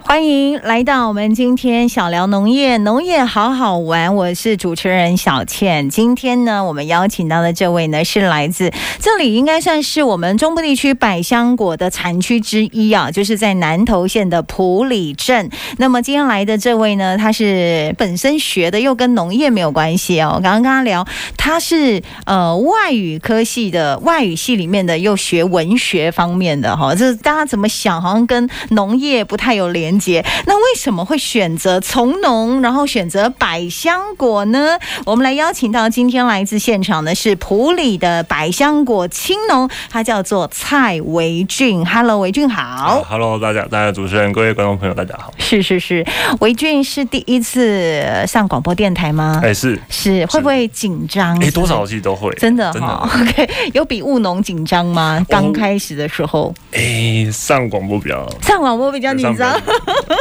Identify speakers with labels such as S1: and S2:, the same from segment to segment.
S1: 欢迎来到我们今天小聊农业，农业好好玩。我是主持人小倩。今天呢，我们邀请到的这位呢，是来自这里应该算是我们中部地区百香果的产区之一啊，就是在南投县的埔里镇。那么今天来的这位呢，他是本身学的又跟农业没有关系哦。我刚刚跟他聊，他是呃外语科系的，外语系里面的又学文学方面的哈、这大家怎么想，好像跟农业不太有连结。那为什么会选择从农，然后选择百香果呢？我们来邀请到今天来自现场的是普里的百香果青农，他叫做蔡维俊。Hello，维俊好。
S2: h e l l o 大家，大家主持人，各位观众朋友，大家好。
S1: 是是是，维俊是第一次上广播电台吗？
S2: 哎、是，
S1: 是，会不会紧张？
S2: 哎、多少？戏都会，
S1: 嗯真的
S2: 真的。 哦
S1: 哈、o k 有比务农紧张吗？刚开始的时候，
S2: 哎、上广播比较
S1: 上广播比较紧张
S2: 上，比较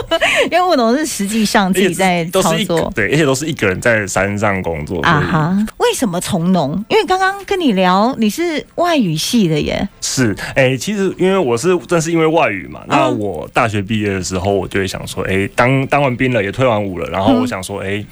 S1: 因为务农是实际上自己在
S2: 而且都
S1: 操
S2: 是一个嗯
S1: 作。
S2: 对，而且都是一个人在山上工作
S1: 啊
S2: 所以
S1: 哈，为什么从农？因为刚刚跟你聊，你是外语系的耶。
S2: 是，哎、其实因为我是正是因为外语嘛，
S1: 嗯
S2: 那我大学毕业的时候，我就会想说，哎、当当完兵了，也退完伍了，然后我想说，哎、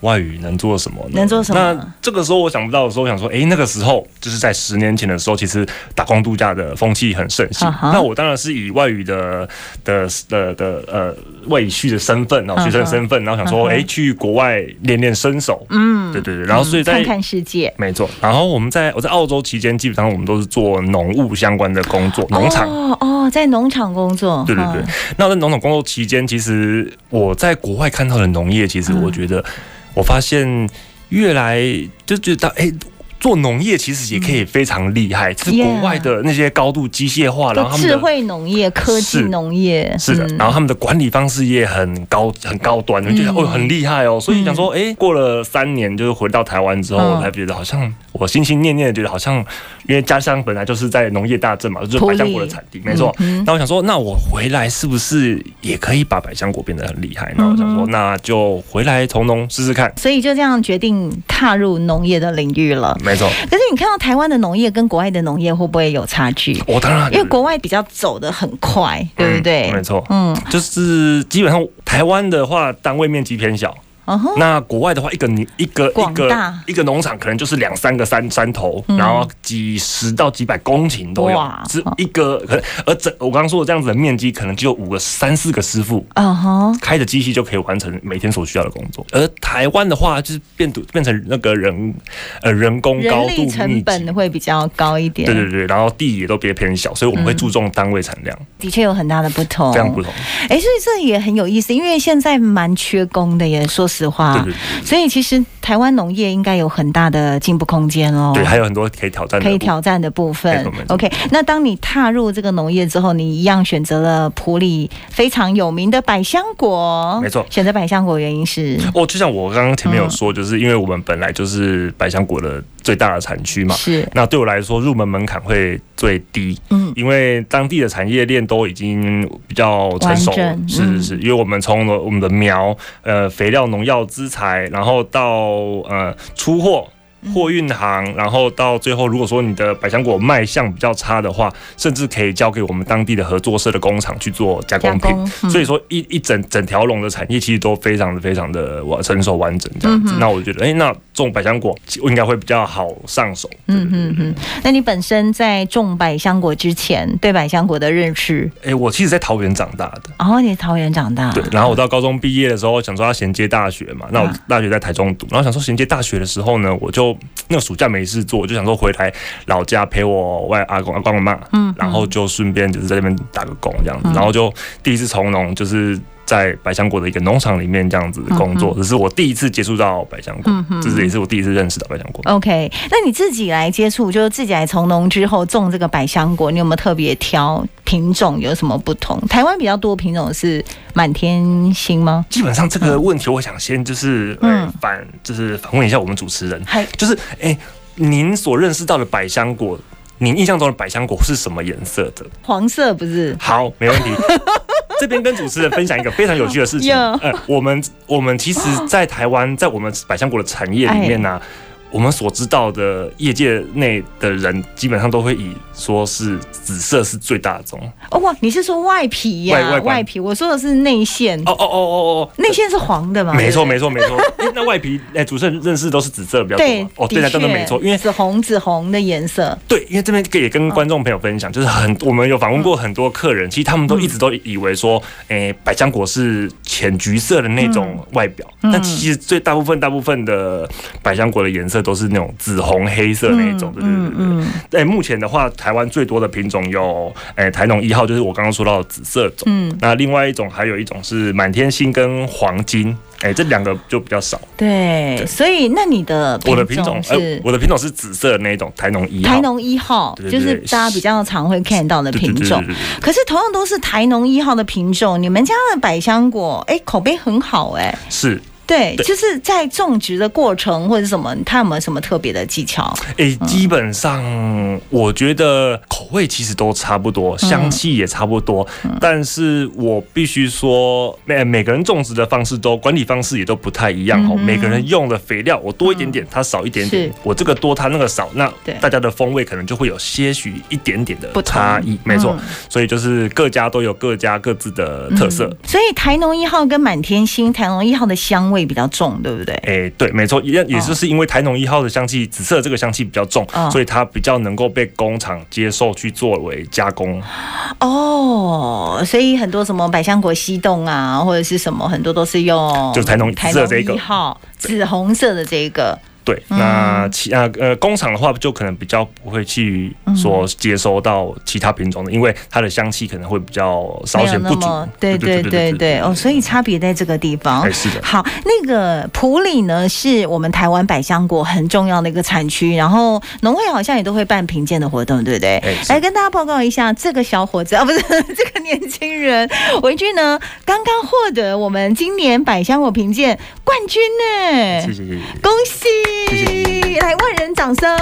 S2: 外语能做什么呢？
S1: 嗯能做什么
S2: 那这个时候我想不到的时候，我想说，哎、那个时候就是在十年前的时候，其实打工度假的风气很盛行。
S1: 啊哈
S2: 那我当然是以外语的的的的呃外语系的身份，
S1: 嗯
S2: 然后学生的身份，然后想说，
S1: 啊哈
S2: 哎、去国外练练身手。嗯，对对对，然后所以在、
S1: 看看世界，
S2: 没错，然后我们在我在澳洲期间，基本上我们都是做农务相关的工作，农场。
S1: 哦嗯哦，在农场工作。
S2: 对对
S1: 哈
S2: 对，，那我在农场工作期间，其实我在国外看到的农业，其实我觉
S1: 嗯
S2: 得，我发现越来就觉得，哎、做农业其实也可以
S1: 嗯
S2: 非常厉害，是国外的那些高度机械化，然后
S1: 都
S2: 他们
S1: 智
S2: 的
S1: 慧农业、科技
S2: 是
S1: 农业。
S2: 是的，
S1: 嗯
S2: 然后他们的管理方式也很高很高端，我就觉得、
S1: 嗯
S2: 哦很厉害哦，所以想说，哎、过了三年，就是回到台湾之后，
S1: 嗯
S2: 我才觉得好像我心心念念的觉得好像，因为家乡本来就是在农业大镇嘛，就是
S1: 普里
S2: 百香果的产地，没错。
S1: 嗯
S2: 那我想说，那我回来是不是也可以把百香果变得很厉害？那我想说，那就回来从农试试看。
S1: 所以就这样决定踏入农业的领域了。
S2: 没错，
S1: 可是你看到台湾的农业跟国外的农业会不会有差距？
S2: 我当然
S1: 因为国外比较走得很快，对不对
S2: 嗯？没错，
S1: 嗯，
S2: 就是基本上台湾的话，单位面积偏小，
S1: 哦吼，
S2: 那国外的话，一个你一个
S1: 广
S2: 一
S1: 大
S2: 个一个农场可能就是两三个山山头，
S1: 嗯
S2: 然后几十到几百公顷都有
S1: 哇，
S2: 是一个可能而整我刚刚说的这样子的面积，可能就有五个三四个师傅。
S1: 哦吼，
S2: 开着机器就可以完成每天所需要的工作，而台湾的话就是变得变成那个人，呃，人工高
S1: 人
S2: 度
S1: 力
S2: 密
S1: 成
S2: 集
S1: 本，会比较高一点，
S2: 对对对，然后地也都别偏小，所以我们
S1: 嗯
S2: 会注重单位产量，
S1: 的确有很大的不同。
S2: 非常不同。
S1: 哎，所以这也很有意思，因为现在蛮缺工的耶，说实
S2: 对
S1: 话
S2: 对，对
S1: 所以其实台湾农业应该有很大的进步空间哦。
S2: 对，还有很多可以挑战的
S1: 可
S2: 部
S1: 以
S2: 分，
S1: 挑战的部
S2: 没
S1: 分
S2: 错没。错
S1: OK，那当你踏入这个农业之后，你一样选择了普里非常有名的百香果。
S2: 没错
S1: 选择百香果原因是
S2: 哦，就像我刚刚前面
S1: 嗯
S2: 有说，就是因为我们本来就是百香果的最大的产区嘛，
S1: 是
S2: 那对我来说入门门槛会最低，
S1: 嗯
S2: 因为当地的产业链都已经比较成熟
S1: 完
S2: 了
S1: 整，嗯
S2: 是是是，因为我们从我们的苗、呃肥料、农药、资材，然后到呃出货。
S1: 嗯
S2: 货运行，然后到最后，如果说你的百香果卖相比较差的话，甚至可以交给我们当地的合作社的工厂去做加
S1: 加
S2: 工品。
S1: 工，嗯
S2: 所以说一一整整条龙的产业其实都非常的非常的完成熟完整
S1: 嗯
S2: 这样子。那我觉得，哎、那种百香果应该会比较好上手。
S1: 嗯嗯嗯，那你本身在种百香果之前，对百香果的认识，
S2: 哎、我其实，在桃园长大的。
S1: 然、哦、后你是桃园长大，
S2: 对，然后我到高中毕业的时候，想说要衔接大学嘛，那我
S1: 啊
S2: 大学在台中读，然后想说衔接大学的时候呢，我就那个暑假没事做，我就想说回来老家陪我外阿公阿公阿妈，
S1: 嗯
S2: 然后就顺便就是在那边打个工这样子
S1: 嗯，
S2: 然后就第一次从农就是。在百香果的一个农场里面这样子工作，这是我第一次接触到百香果
S1: 嗯，哼
S2: 这是也是我第一次认识到百香果。
S1: OK，那你自己来接触，就是自己来从农之后种这个百香果，你有没有特别挑品种？有什么不同？台湾比较多品种是满天星吗？
S2: 基本上这个问题，我想先就是
S1: 嗯
S2: 呃反就是反问一下我们主持人，
S1: 还
S2: 就是哎、您所认识到的百香果，您印象中的百香果是什么颜色的？
S1: 黄色不是？
S2: 好，没 问题。这边跟主持人分享一个非常有趣的事情。
S1: Yeah 哎
S2: 呃，我们我们其实，在台湾，在我们百香果的产业里面呢、我们所知道的业界内的人，基本上都会以说是紫色是最大宗。
S1: 哦哇，你是说外皮呀、
S2: 外外观
S1: 皮，我说的是内线，
S2: 哦哦哦哦
S1: 内线是黄的嘛？
S2: 哦，没错
S1: 对
S2: 没错没错。诶那外皮哎，主持人认识都是紫色比较
S1: 不
S2: 多
S1: 对
S2: 嘛。哦，对
S1: 的
S2: 啊，真的
S1: 确
S2: 没错，因为
S1: 紫红紫红的颜色，
S2: 对，因为这边可以也
S1: 嗯
S2: 跟观众朋友分享，就是很我们有访问过很多客人，其实他们
S1: 嗯
S2: 都一直都以为说，诶、百香果是浅橘色的那
S1: 嗯
S2: 种外表，但其实最大部分大部分的百香果的颜色都是那种紫红黑色那一种，对对对对对。
S1: 嗯，
S2: 哎、目前的话，台湾最多的品种有，哎、台农一号就是我刚刚说到的紫色种，
S1: 嗯，
S2: 那另外一种还有一种是满天星跟黄金，哎、这两个就比较少。
S1: 对，所以那你的
S2: 我的品种，哎、
S1: 是
S2: 我的品种是紫色的那一种台农一号，
S1: 台农一号，
S2: 对对
S1: 就是
S2: 对
S1: 大家比较常会看到的
S2: 对对
S1: 品
S2: 对对
S1: 种
S2: 对。对对
S1: 可是同样都是台农一号的品种，你们家的百香果，哎、口碑很好、哎，
S2: 是，
S1: 对，
S2: 对
S1: 就是在种植的过程或者什么，它有没有什么特别的技巧？
S2: 哎、基本上我觉得口味其实都差不多，
S1: 嗯
S2: 香气也差不多，但是我必须说，每每个人种植的方式都管理方式也都不太一样哦。
S1: 嗯哼
S2: 每个人用的肥料，我多一点点，它少一点点
S1: 是，
S2: 我这个多，它那个少，那
S1: 对
S2: 大家的风味可能就会有些许一点点的
S1: 不同
S2: 差异。没错
S1: 嗯，
S2: 所以就是各家都有各家各自的特色。
S1: 所以台农一号跟满天星，台农一号的香味比较重，对不对？
S2: 哎、对，没错，也也就是因为台农一号的香气，紫色这个香气比较重，
S1: 哦
S2: 所以它比较能够被工厂接受去作为加工。
S1: 哦，所以很多什么百香果西冻啊，或者是什么，很多都是用
S2: 就是台农
S1: 台
S2: 紫色这一
S1: 农
S2: 个
S1: 一号紫红色的这一个，
S2: 对，
S1: 嗯
S2: 那其啊呃工厂的话，就可能比较不会去
S1: 嗯
S2: 说接收到其他品种的，因为它的香气可能会比较稍
S1: 没有
S2: 显
S1: 那
S2: 不足
S1: 么。对对对对哦，所以差别在这个地方。
S2: 哎是的，
S1: 好，那个普里呢，是我们台湾百香果很重要的一个产区，然后农会好像也都会办评鉴的活动，对不对？
S2: 哎是
S1: 来跟大家报告一下，这个小伙子啊，不是 这个年轻人文君呢，刚刚获得我们今年百香果评鉴冠军
S2: 谢
S1: 呢，
S2: 谢谢谢
S1: 恭喜！来，万人掌声。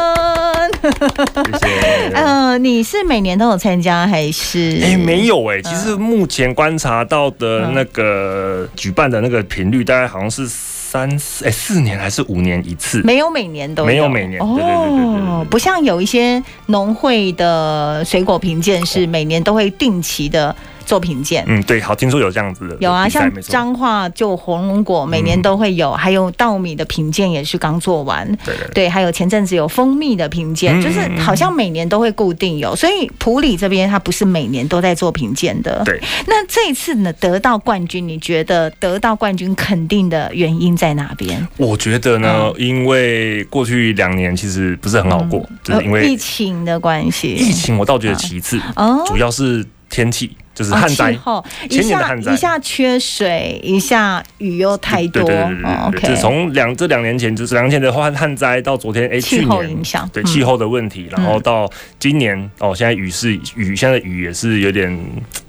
S2: 谢谢。
S1: 呃，你是每年都有参加还是？
S2: 啊哎、没有哎、其实
S1: 嗯
S2: 目前观察到的那个举办的那个频率，大概好像是三哎四年还是五年一次。
S1: 没有每年都有哦
S2: 没有每年对对对对对对对
S1: 不像有一些农会的水果评鉴是每年都会定期的做评鉴。
S2: 嗯，对，好，听说有这样子的
S1: 有啊，
S2: 比赛
S1: 像
S2: 没错嗯
S1: 彰化就火龙果每年都会有，还有稻米的评鉴也是刚做完，
S2: 对对对
S1: 对，还有前阵子有蜂蜜的评鉴，
S2: 嗯
S1: 就是好像每年都会固定有，所以普里这边它不是每年都在做评鉴的。
S2: 对，
S1: 那这一次呢得到冠军，你觉得得到冠军肯定的原因在哪边？
S2: 我觉得呢，
S1: 嗯
S2: 因为过去两年其实不是很好过，就是因
S1: 呃疫
S2: 为
S1: 情的关系，
S2: 疫情，我倒觉得其次，
S1: 哦，
S2: 主要是天气，就是
S1: 哦
S2: 旱
S1: 气
S2: 灾。
S1: 候一
S2: 前年的
S1: 下
S2: 旱灾
S1: 一下缺水，一下雨又太多。
S2: 对对对对
S1: 哦
S2: 对对，
S1: OK，
S2: 就是从两这两年前，就是两年前的旱旱灾到昨天，哎，
S1: 气
S2: 去
S1: 候
S2: 年
S1: 影响，
S2: 对
S1: 嗯
S2: 气候的问题，然后到今年哦，现在雨是雨，现在的雨也是有点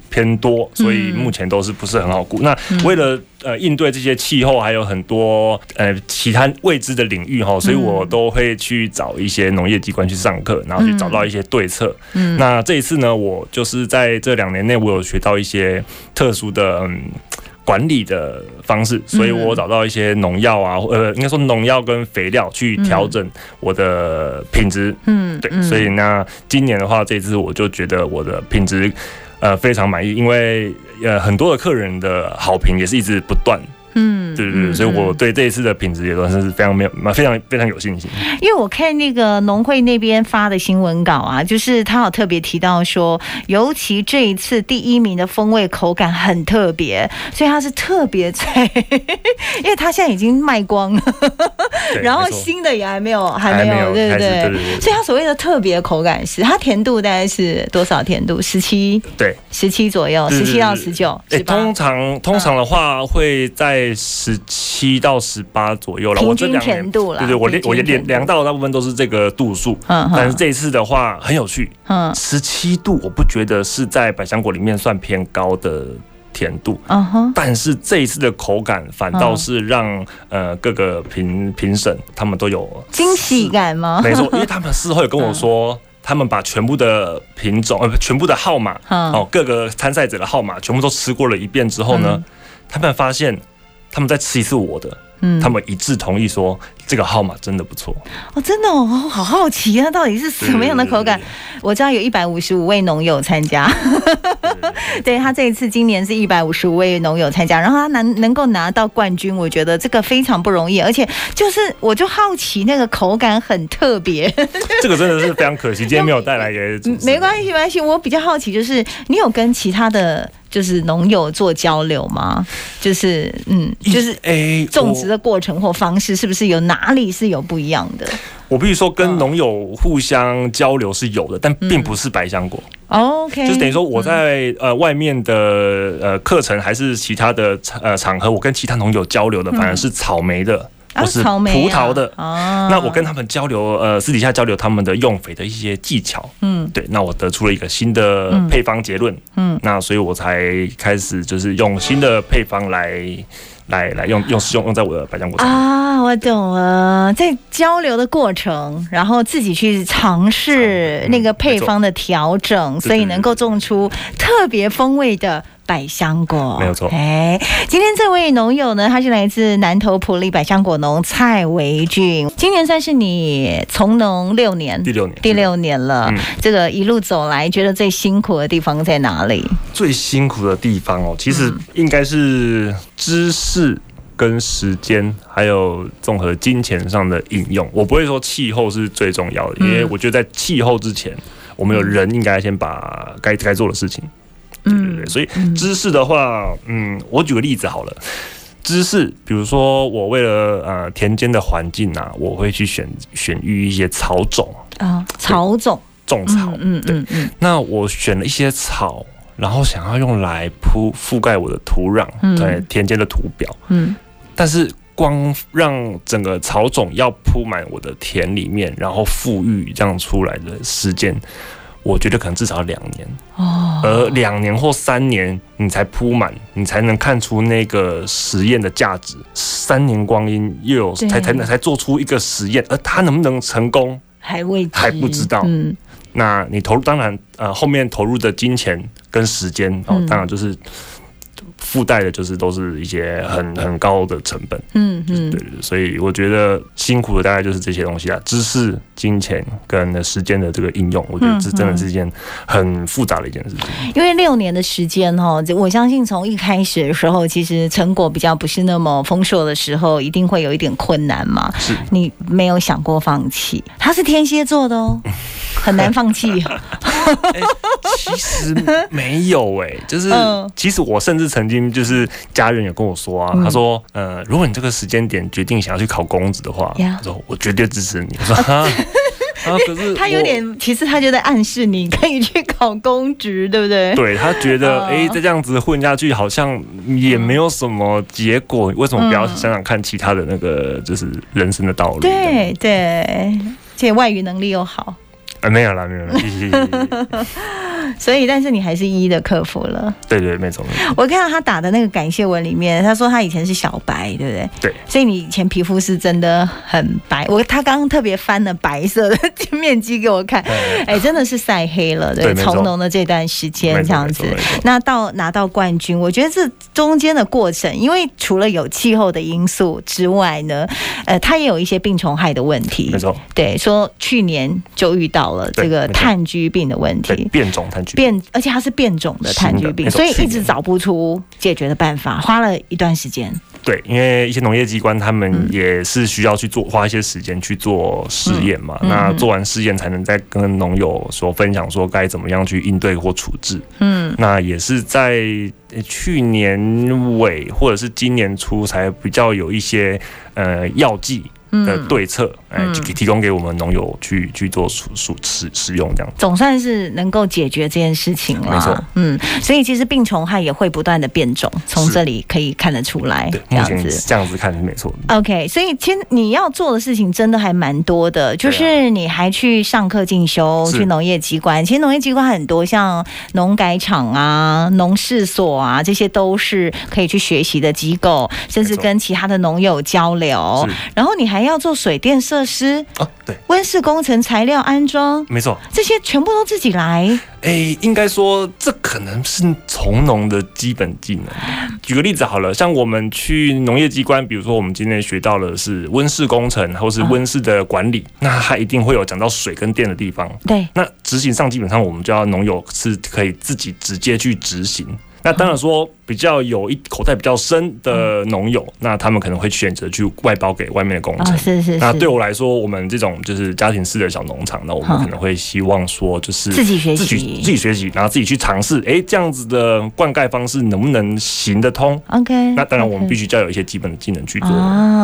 S2: 偏多，所以
S1: 嗯
S2: 目前都是不是很好顾。那为了呃应对这些气候，还有很多呃其他未知的领域哈，所以我都会去找一些农业机关去上课，然后去找到一些对策。
S1: 嗯
S2: 那这一次呢，我就是在这两年内，我有学到一些嗯特殊的。嗯管理的方式，所以我找到一些农药啊，呃，应该说农药跟肥料去调整我的品质，
S1: 嗯
S2: 对，
S1: 嗯
S2: 所以那今年的话，这次我就觉得我的品质呃非常满意，因为呃很多的客人的好评也是一直不断，
S1: 嗯
S2: 对对对，
S1: 嗯
S2: 所以我
S1: 嗯
S2: 对这一次的品质也算是非常没有呃非常非常有信心。
S1: 因为我看那个农会那边发的新闻稿啊，就是他有特别提到说，尤其这一次第一名的风味口感很特别，所以它是特别脆， 因为它现在已经卖光了，
S2: 对
S1: 然后
S2: 没错
S1: 新的也还没有，还
S2: 还
S1: 没
S2: 没
S1: 有，
S2: 有
S1: 对不
S2: 开始
S1: 对？
S2: 对对对
S1: 所以它所谓的特别口感是，它甜度大概是多少甜度？十七。
S2: 对，
S1: 十七左右，
S2: 对
S1: 哦十
S2: 对
S1: 七
S2: 对
S1: 到十九，
S2: 哎、
S1: 是吧
S2: 通？常通常的话会在十七到十八左右了，
S1: 平
S2: 我这
S1: 均
S2: 两年
S1: 甜度啦
S2: 对对，我
S1: 平
S2: 量
S1: 均
S2: 我
S1: 甜
S2: 量
S1: 度
S2: 量到的大部分都是这个度数。
S1: 嗯
S2: 但是
S1: 嗯
S2: 这一次的话很有趣，
S1: 嗯
S2: 十七度，我不觉得是在百香果里面算偏高的甜度，
S1: 嗯哼，
S2: 但是这一次的口感反倒是让、呃各个评评审他们都有
S1: 嗯惊喜啊嗯感吗？
S2: 没错，因为他们事后有跟 我说，他们把全部的品种呃不全部的号码、
S1: 嗯
S2: 哦各个参赛者的号码全部都吃过了一遍之后呢，他们发现他们再吃一次我的，
S1: 嗯
S2: 他们一致同意说这个号码真的不错，
S1: 哦，真的哦，哦好好奇啊，到底是什么样的口感？我知道有一百五十五位农友参加， 对他这一次今年是一百五十五位农友参加，然后他能能够拿到冠军，我觉得这个非常不容易，而且就是我就好奇那个口感很特别，
S2: 这个真的是非常可惜，今天没有带来给主持人
S1: 没关系没关系，我比较好奇就是你有跟其他的就是农友做交流吗？就是嗯，就是。
S2: 诶
S1: 种植
S2: 我
S1: 的过程或方式是不是有哪里是有不一样的？
S2: 我必须说
S1: 嗯
S2: 跟农友互相交流是有的，但并不是百香果。
S1: 哦 OK，
S2: 就是等于说我在、呃外面的呃课程还是其他的呃场合，我跟其他农友交流的反而
S1: 嗯
S2: 是草莓的，
S1: 啊
S2: 或是
S1: 草莓啊
S2: 葡萄的。
S1: 啊
S2: 那我跟他们交流，呃，私底下交流他们的用肥的一些技巧，
S1: 嗯
S2: 对，那我得出了一个新的配方结论，
S1: 嗯
S2: 那所以我才开始就是用新的配方来来来用用用用在我的百香果上面。
S1: 啊，我懂了，在交流的过程，然后自己去尝试
S2: 尝嗯嗯
S1: 那个配方的调整，所以能够种出特别风味的。百香果
S2: 没有错
S1: 哎，今天这位农友呢，他是来自南投埔里百香果农蔡维俊，今年算是你从农六年，
S2: 第六年，
S1: 第六年了。
S2: 嗯
S1: 这个一路走来，觉得最辛苦的地方在哪里？
S2: 最辛苦的地方
S1: 嗯
S2: 哦，其实应该是知识。跟时间，还有综合金钱上的应用，我不会说气候是最重要的，因为
S1: 嗯
S2: 我觉得在气候之前，我们有人应该先把该该做的事情，对不
S1: 嗯
S2: 对？所以知识的话，嗯，我举个例子好了。知识，比如说我为了呃田间的环境啊，我会去选选育一些草种，
S1: 啊，曹总，
S2: 种草。
S1: 嗯嗯嗯嗯
S2: 那我选了一些草，然后想要用来铺覆盖我的土壤，
S1: 嗯
S2: 对田间的土表。
S1: 嗯，
S2: 但是光让整个草种要铺满我的田里面，然后富裕这样出来的时间，我觉得可能至少两年，
S1: 哦，
S2: 而两年或三年你才铺满，你才能看出那个实验的价值。三年光阴又有
S1: 对
S2: 才才能才做出一个实验，而它能不能成功，
S1: 还未知
S2: 还不知道
S1: 嗯，
S2: 那你投入当然呃后面投入的金钱跟时间哦
S1: 嗯，
S2: 当然就是附带的，就是都是一些很很高的成本。
S1: 嗯
S2: 对
S1: 嗯，
S2: 对对，所以我觉得辛苦的大概就是这些东西啦，知识、金钱跟时间的这个应用，我觉
S1: 嗯
S2: 得这真的是一件很复杂的一件事情。
S1: 因为六年的时间哈，这我相信从一开始的时候，其实成果比较不是那么丰硕的时候，一定会有一点困难嘛。
S2: 是
S1: 你没有想过放弃，他是天蝎座的 哦，很难放弃。
S2: 其实没有诶、就是
S1: 嗯
S2: 其实我甚至曾经就是家人有跟我说啊，
S1: 嗯
S2: 他说呃，如果你这个时间点决定想要去考公职的话，
S1: 呀
S2: 他说我绝对支持你。我说 啊，啊可是
S1: 他有
S2: 我。
S1: 点，其实他就在暗示你可以去考公职，对不对？
S2: 对他觉得，
S1: 嗯
S2: 哎、再这样子混下去，好像也没有什么结果。为什么不
S1: 嗯
S2: 要想想看其他的那个，就是人生的道路？这样
S1: 对对，而且外语能力又好，
S2: 啊，没有啦，没有啦，嘻嘻 嘻嘻
S1: 所以但是你还是一一的克服了。
S2: 对对，没错，没 错，
S1: 我看到他打的那个感谢文里面，他说他以前是小白，对不对？
S2: 对。
S1: 所以你以前皮肤是真的很白，我他刚刚特别翻了白色的面积给我 看，
S2: 哎
S1: 哎，真的是晒黑了，对，
S2: 对没错
S1: 从农的这段时间
S2: 没
S1: 这
S2: 错，
S1: 样
S2: 没
S1: 子
S2: 错，。没错。
S1: 那到拿到冠军，我觉得这中间的过程，因为除了有气候的因素之外呢，呃，它也有一些病虫害的问题
S2: 没。错，
S1: 对，说去年就遇到了
S2: 对
S1: 这个
S2: 没错
S1: 炭疽病的问
S2: 对
S1: 题，
S2: 变种炭疽病，
S1: 变，而且它是变种的
S2: 新
S1: 炭
S2: 的
S1: 疽病，
S2: 没错
S1: 所以
S2: 去
S1: 一直
S2: 年
S1: 找不出解决的办法，花了一段时间。
S2: 对，因为一些农业机关他们也是需要去做，花一些时间去做试验嘛。
S1: 嗯嗯嗯
S2: 那
S1: 嗯
S2: 做完试验才能再跟农友说分享，说该怎么样去应对或处置。
S1: 嗯
S2: 那也是在呃去年尾或者是今年初才比较有一些呃药剂的
S1: 嗯，
S2: 对策，哎、
S1: 嗯
S2: 提提供给我们农友去去做属属使使用这样。
S1: 总算是能够解决这件事情了。
S2: 没错，
S1: 嗯，所以其实病虫害也会不断的变种，从
S2: 是
S1: 这里可以看得出来
S2: 对，，
S1: 哎这
S2: 目
S1: 样
S2: 前
S1: 子。
S2: 这样子看是没错的。
S1: OK，所以其实你要做的事情真的还蛮多的，就是你还去上课进修，
S2: 啊是
S1: 去农业机关。其实农业机关很多，像农改场啊、农事所啊，这些都是可以去学习的机构，甚至
S2: 没错
S1: 跟其他的农友交流。
S2: 是
S1: 然后你还还要做水电设施、
S2: 啊，对，
S1: 温室工程材料安装，
S2: 没错，
S1: 这些全部都自己来。
S2: 诶，应该说这可能是从农的基本技能。举个例子好了，像我们去农业机关，比如说我们今天学到的是温室工程或是温室的管
S1: 嗯
S2: 理，那它一定会有讲到水跟电的地方。
S1: 对，
S2: 那执行上基本上我们就要农友是可以自己直接去执行。那当然说比较有一口袋比较深的农友，那他们可能会选择去外包给外面的工
S1: 啊、
S2: 程。
S1: 嗯是是
S2: 那
S1: 是，
S2: 对我来说，我们这种就是家庭式的小农场，那我们
S1: 嗯
S2: 可能会希望说，就是
S1: 自己学
S2: 自己自
S1: 习。
S2: 己学习，然后自己去尝试，诶，这样子的灌溉方式能不能行得通？
S1: OK，
S2: 那当然，我们必
S1: 须。
S2: 须要有一些基本的技能去做。
S1: 嗯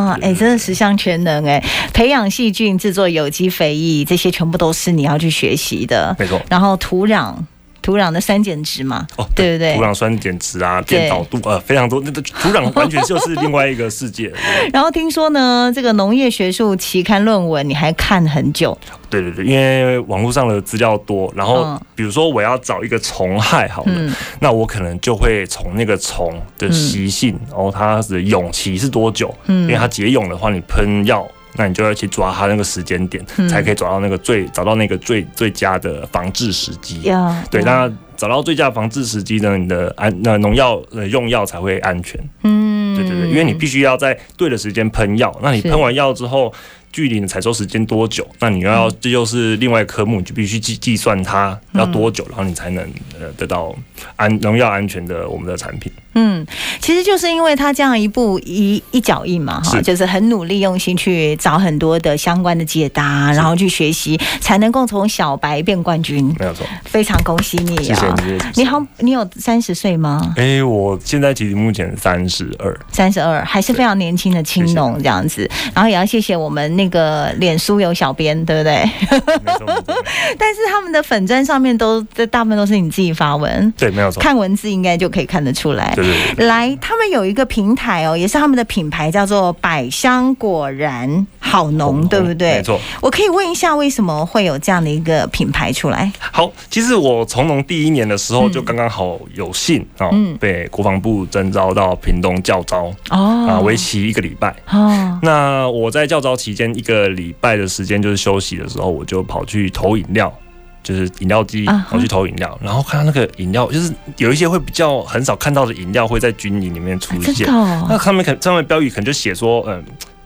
S1: 啊，哎、
S2: 对
S1: 真的十项全能哎、培养细菌、制作有机肥液，这些全部都是你要去学习的。
S2: 没错，
S1: 然后土壤，土壤的三碱值嘛，
S2: 哦，
S1: 对不对
S2: 土？壤酸碱值啊，
S1: 对
S2: 电导度呃，非常多，那个土壤完全就是另外一个世界。
S1: 然后听说呢，这个农业学术期刊论文你还看很久，
S2: 对对对，因为网络上的资料多，然后
S1: 嗯
S2: 比如说我要找一个虫害好了，
S1: 嗯
S2: 那我可能就会从那个虫的习性，然后它的蛹期是多久，因为
S1: 嗯
S2: 它解蛹的话，你喷药。那你就要去抓它那个时间点，
S1: 嗯
S2: 才可以找到那个最找到那个最最佳的防治时机。
S1: 呀，
S2: 嗯对，
S1: 呀
S2: 那找到最佳防治时机呢，你的安那农药呃用药才会安全。
S1: 嗯，
S2: 对对对，因为你必须要在对的时间喷药，那你
S1: 是
S2: 喷完药之后，距离你的采收时间多久？那你又要、
S1: 嗯
S2: 这就是另外一个科目，你就必须计计算它要多久，然后你才能呃得到安农药安全的我们的产品。
S1: 嗯，其实就是因为他这样一步一一脚印嘛，哈，
S2: 是
S1: 就是很努力用心去找很多的相关的解答，然后去学习，才能够从小白变冠军。
S2: 没有错，
S1: 非常恭喜你
S2: 谢谢
S1: 啊！
S2: 你。
S1: 哎你好，你有三十岁吗？
S2: 哎、我现在其实目前三十 二，
S1: 三十二，还是非常年轻的青农
S2: 谢
S1: 这样子。然后也要谢谢我们那个脸书有小编，对不 对？
S2: 没错没错，
S1: 但是他们的粉砖上面都大部分都是你自己发文，
S2: 对，没有错，
S1: 看文字应该就可以看得出来。
S2: 对对对对，
S1: 来，他们有一个平台哦，也是他们的品牌叫做百香果然好浓，对不
S2: 没
S1: 对？
S2: 错。
S1: 我可以问一下，为什么会有这样的一个品牌出来？
S2: 好，其实我从农第一年的时候，就刚刚好有幸啊、
S1: 嗯
S2: 被国防部征召到屏东教招
S1: 哦
S2: 啊，为期一个礼拜。
S1: 哦，
S2: 那我在教招期间一个礼拜的时间，就是休息的时候，我就跑去投饮料，就是饮料机
S1: 啊哈，
S2: 我去投饮料，然后看到那个饮料，就是有一些会比较很少看到的饮料会在军营里面出
S1: 真
S2: 现
S1: 的。哦
S2: 那他们可上面标语可能就写说，嗯，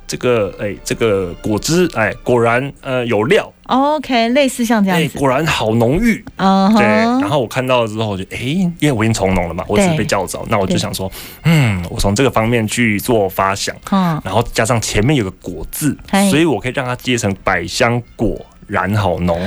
S2: 这个哎、这个果汁哎、果然呃有料，
S1: ，OK，类似像这
S2: 哎、
S1: 样子，
S2: 果然好浓郁，
S1: 嗯
S2: 对，然
S1: 哼，
S2: 后我看到了之后，我就哎、因为我已经从农了嘛，我只是
S1: 对
S2: 被叫走，那我就
S1: 对
S2: 想说，嗯，我从这个方面去做发想，
S1: 嗯，
S2: 然后加上前面有个果字
S1: 嗨，
S2: 所以我可以让它接成百香果。然好浓，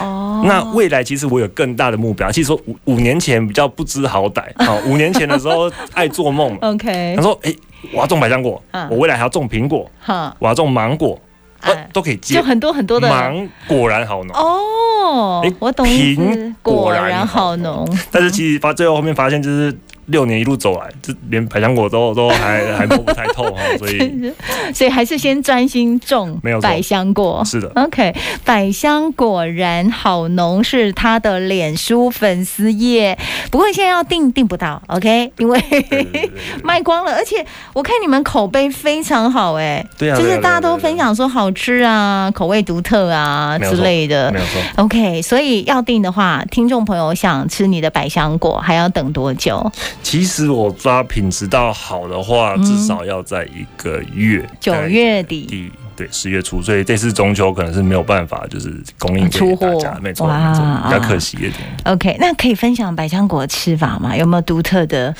S1: 哦，
S2: 那未来其实我有更大的目标。其实说五五年前比较不知好歹，好、五年前的时候爱做梦嘛。
S1: OK，
S2: 他说：“哎、我要种百香果
S1: 嗯，
S2: 我未来还要种苹果，
S1: 哈，
S2: 我要种芒果，呃
S1: 哎
S2: 都可以接
S1: 就。很多很多的
S2: 芒果然好浓。
S1: 哦
S2: 哎，
S1: 我懂意思
S2: 苹，
S1: 果
S2: 果
S1: 然
S2: 然
S1: 好
S2: 好
S1: 浓，
S2: 但是其实发最后后面发现，就是六年一路走来，这连百香果都都还还摸不太透哈，所以
S1: 所以还是先专心种
S2: 没有错
S1: 百香果。
S2: 是的，
S1: OK，百香果然好浓是他的脸书粉丝页，不过现在要订订不到，OK，因为
S2: 对对对对对
S1: 卖光了。而且我看你们口碑非常好、诶，
S2: 对
S1: 哎、
S2: 啊，
S1: 就
S2: 对
S1: 是
S2: 啊
S1: 大家都分，
S2: 对啊
S1: 享说好吃啊，口味独特啊
S2: 没有
S1: 之
S2: 错
S1: 类
S2: 对啊
S1: 的
S2: 没。有错。
S1: OK，所以要订的话，听众朋友想吃你的百香果还要等多久？
S2: 其实我抓品质到好的话，
S1: 嗯
S2: 至少要在一个月，
S1: 九
S2: 大概
S1: 月底。
S2: 底对十月初，所以这次中秋可能是没有办法，就是供应
S1: 嗯出
S2: 给
S1: 货
S2: 大家，没错
S1: 哇
S2: 没错，比较可惜一点。
S1: OK，那可以分享百香果的吃法吗？有没有独特的？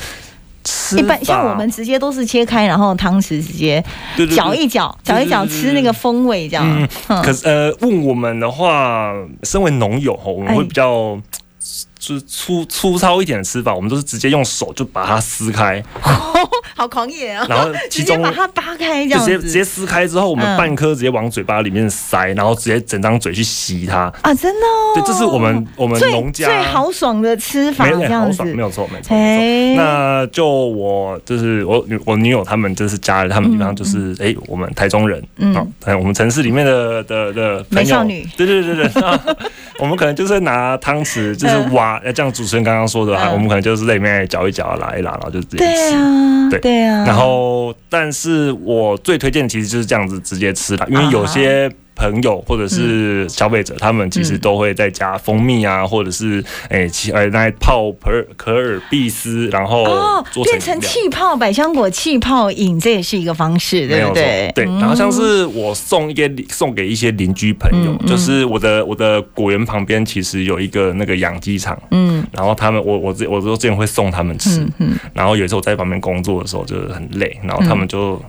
S2: 吃
S1: 一般哎像
S2: 法
S1: 我们直接都是切开，然后汤匙直接
S2: 对对对
S1: 搅一搅，
S2: 对
S1: 搅
S2: 对
S1: 一搅
S2: 对对
S1: 吃那个风味，这样。
S2: 嗯
S1: 嗯
S2: 可是呃，问我们的话，身为农友吼，我们
S1: 哎
S2: 会比较。就是粗粗糙一点的吃法，我们都是直接用手就把它撕开，
S1: 好狂野啊！
S2: 然后
S1: 直
S2: 其
S1: 接
S2: 中
S1: 把它扒开这
S2: 就
S1: 样
S2: 直接直
S1: 子
S2: 接撕开之后，我
S1: 嗯
S2: 们半颗直接往嘴巴里面塞，然后直接整张嘴去吸它。
S1: 啊，真的哦。
S2: 对，这是我们我们
S1: 最
S2: 农家
S1: 最豪爽的吃法，
S2: 没有
S1: 这
S2: 好
S1: 样
S2: 爽，没
S1: 子。
S2: 有错，没错。没错
S1: 哎
S2: 那就我就是我女我女友他们就是家人，他们基本上就是哎、我们台中人，
S1: 嗯
S2: 哦哎我们城市里面的的的朋友
S1: 美少女，
S2: 对对对对， 那我们可能就是拿汤匙哎就是挖，呃，像主持人刚刚说的
S1: 嗯
S2: 哈，哎啊我们可能就是在里面搅一搅，拉一拉，然后就直接
S1: 对
S2: 吃。
S1: 啊，
S2: 对
S1: 对啊，
S2: 然后，但是我最推荐其实就是这样子直接吃啦，因为有些
S1: 啊
S2: 朋友或者
S1: 嗯
S2: 是消费者，他们其实都会再加蜂蜜啊，或者是哎其哎来泡可尔可尔必思，然后
S1: 哦，
S2: 做
S1: 变
S2: 成
S1: 成
S2: 饮料
S1: 气泡百香果气泡饮，这也是一个方式，
S2: 没
S1: 对
S2: 有
S1: 不
S2: 错
S1: 对？
S2: 对，
S1: 嗯
S2: 然后像是我送一些礼送给一些邻居朋友，
S1: 嗯嗯
S2: 就是我的我的果园旁边其实有一个那个养鸡场，
S1: 嗯
S2: 然后他们我我之我都之前会送他们吃，
S1: 嗯嗯，
S2: 然后有一次我在旁边工作的时候就是很累，然后他
S1: 嗯
S2: 们就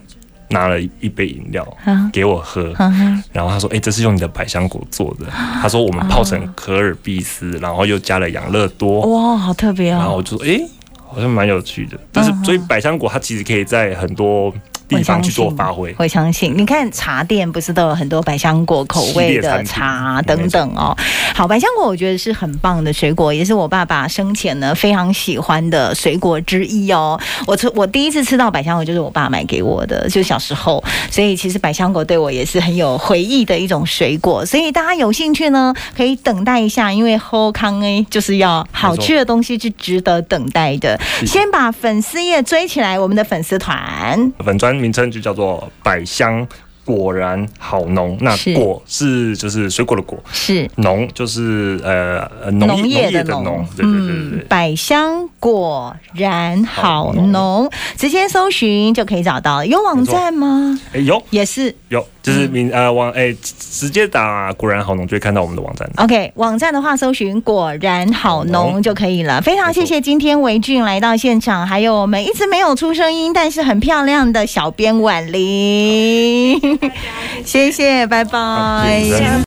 S2: 拿了一一杯饮料
S1: 啊
S2: 给我喝，
S1: 啊哈
S2: 然后他说：“哎、这是用你的百香果做的。”
S1: 啊
S2: 他说：“我们泡成可尔必斯，然后又加了养乐多。
S1: 哇，好特别”
S2: 然后
S1: 哦
S2: 我！就说：“哎、好像蛮有趣的。”但是
S1: 嗯嗯
S2: 所以百香果它其实可以在很多地方去做发挥。
S1: 我相信，你看茶店不是都有很多百香果口味的茶
S2: 系列产品
S1: 等等哦。好，百香果我觉得是很棒的水果，也是我爸爸生前呢非常喜欢的水果之一哦。我吃我第一次吃到百香果就是我爸买给我的，就小时候，所以其实百香果对我也是很有回忆的一种水果。所以大家有兴趣呢，可以等待一下，因为后康 A 就是要好吃的东西是值得等待的。
S2: 谢谢
S1: 先把粉丝页追起来，我们的粉丝团。
S2: 粉砖名称就叫做百香果然好农。那
S1: 是
S2: 果是就是水果的果，
S1: 是
S2: 农就是呃呃农
S1: 农
S2: 业
S1: 业的
S2: 的农
S1: 农。，
S2: 对对对对
S1: 嗯，百香果然好
S2: 好浓
S1: 浓，直接搜寻就可以找到。有网
S2: 没错
S1: 站吗？
S2: 哎、有
S1: 也是
S2: 有，就是名呃网哎、直接打果然好农就会看到我们的网站。
S1: OK，网站的话搜寻“果然好
S2: 好
S1: 浓”
S2: 浓
S1: 就可以了。非常谢谢今天维俊来到现场，还有我们一直没有出声音但是很漂亮的小编婉玲，谢谢，拜
S2: 好
S1: 拜
S2: 谢谢。